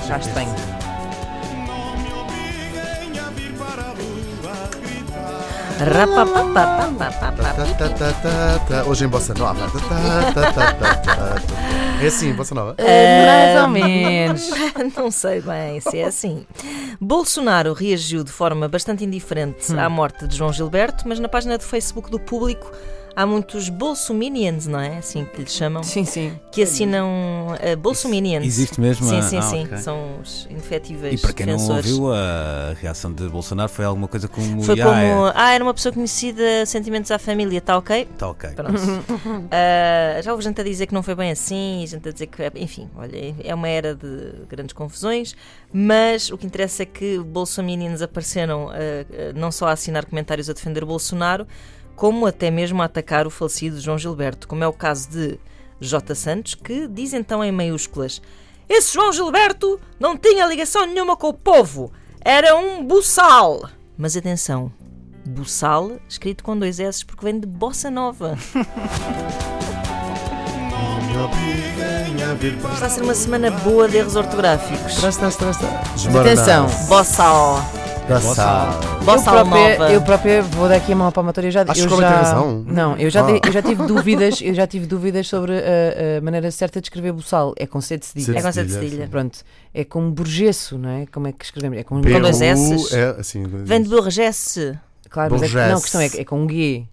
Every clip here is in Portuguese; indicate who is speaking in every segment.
Speaker 1: achar estranho.
Speaker 2: Tá, tá, tá, tá, tá. Hoje em Bossa Nova. Tá, tá, tá, tá, tá, tá. É assim, Bossa Nova?
Speaker 1: Mais ou menos.
Speaker 3: Não sei bem se é assim. Bolsonaro reagiu de forma bastante indiferente à morte de João Gilberto, mas na página do Facebook do público há muitos bolsominions, não é? Assim que lhes chamam.
Speaker 1: Sim, sim.
Speaker 3: Que assinam uh, bolsominions.
Speaker 4: Existe mesmo?
Speaker 3: Sim,
Speaker 4: Ah,
Speaker 3: sim,
Speaker 4: ah,
Speaker 3: sim.
Speaker 4: ok.
Speaker 3: São os indefetíveis
Speaker 4: E para quem não
Speaker 3: defensores.
Speaker 4: ouviu, a reação de Bolsonaro foi alguma coisa como.
Speaker 3: Foi
Speaker 4: "Ya,
Speaker 3: como,
Speaker 4: é,
Speaker 3: ah, era uma pessoa conhecida, sentimentos à família, está ok?
Speaker 4: Tá ok.
Speaker 3: Pronto. Ah, já houve gente a dizer que não foi bem assim, gente a dizer que. Enfim, olha, é uma era de grandes confusões, mas o que interessa é que bolsominions apareceram ah, ah, não só a assinar comentários a defender Bolsonaro, como até mesmo a atacar o falecido João Gilberto, como é o caso de J. Santos, que diz então em maiúsculas: Esse João Gilberto não tinha ligação nenhuma com o povo, era um buçal. Mas atenção, buçal escrito com dois S porque vem de bossa nova. Está a ser uma semana boa de erros ortográficos.
Speaker 2: Traz, traz, traz, traz.
Speaker 1: Atenção.
Speaker 3: Bossal.
Speaker 2: Tá Bossa.
Speaker 3: Bossal
Speaker 1: eu própria,
Speaker 3: nova.
Speaker 1: eu própria vou dar aqui a mão à palmatória. Eu já,
Speaker 2: Acho
Speaker 1: eu
Speaker 2: que o
Speaker 1: já,
Speaker 2: homem tem razão.
Speaker 1: Não, eu já,
Speaker 2: Ah.
Speaker 1: eu já tive dúvidas, eu já tive dúvidas sobre a, a maneira certa de escrever buçal. É com C de cedilha.
Speaker 3: É com C de cedilha.
Speaker 1: Pronto, é com burgesso, não é? Como é que escrevemos? É com
Speaker 2: P,
Speaker 3: dois
Speaker 2: U,
Speaker 3: S's.
Speaker 2: É, assim. dois
Speaker 3: Vem de
Speaker 2: S's.
Speaker 3: Borgesse.
Speaker 1: Claro, mas é, que-
Speaker 2: Burgess.
Speaker 1: não, a questão é, que é com G.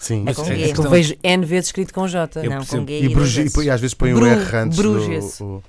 Speaker 2: Sim.
Speaker 3: É com
Speaker 4: Sim.
Speaker 3: gay.
Speaker 1: Que eu vejo N vezes escrito com J. é?
Speaker 4: Eu
Speaker 3: Não,
Speaker 4: percebo.
Speaker 3: com gay
Speaker 2: E,
Speaker 3: e dois
Speaker 2: brugi- e
Speaker 3: S's.
Speaker 2: põe- e às vezes põe o
Speaker 1: Bru-
Speaker 2: R antes do-
Speaker 1: bruges.
Speaker 2: o-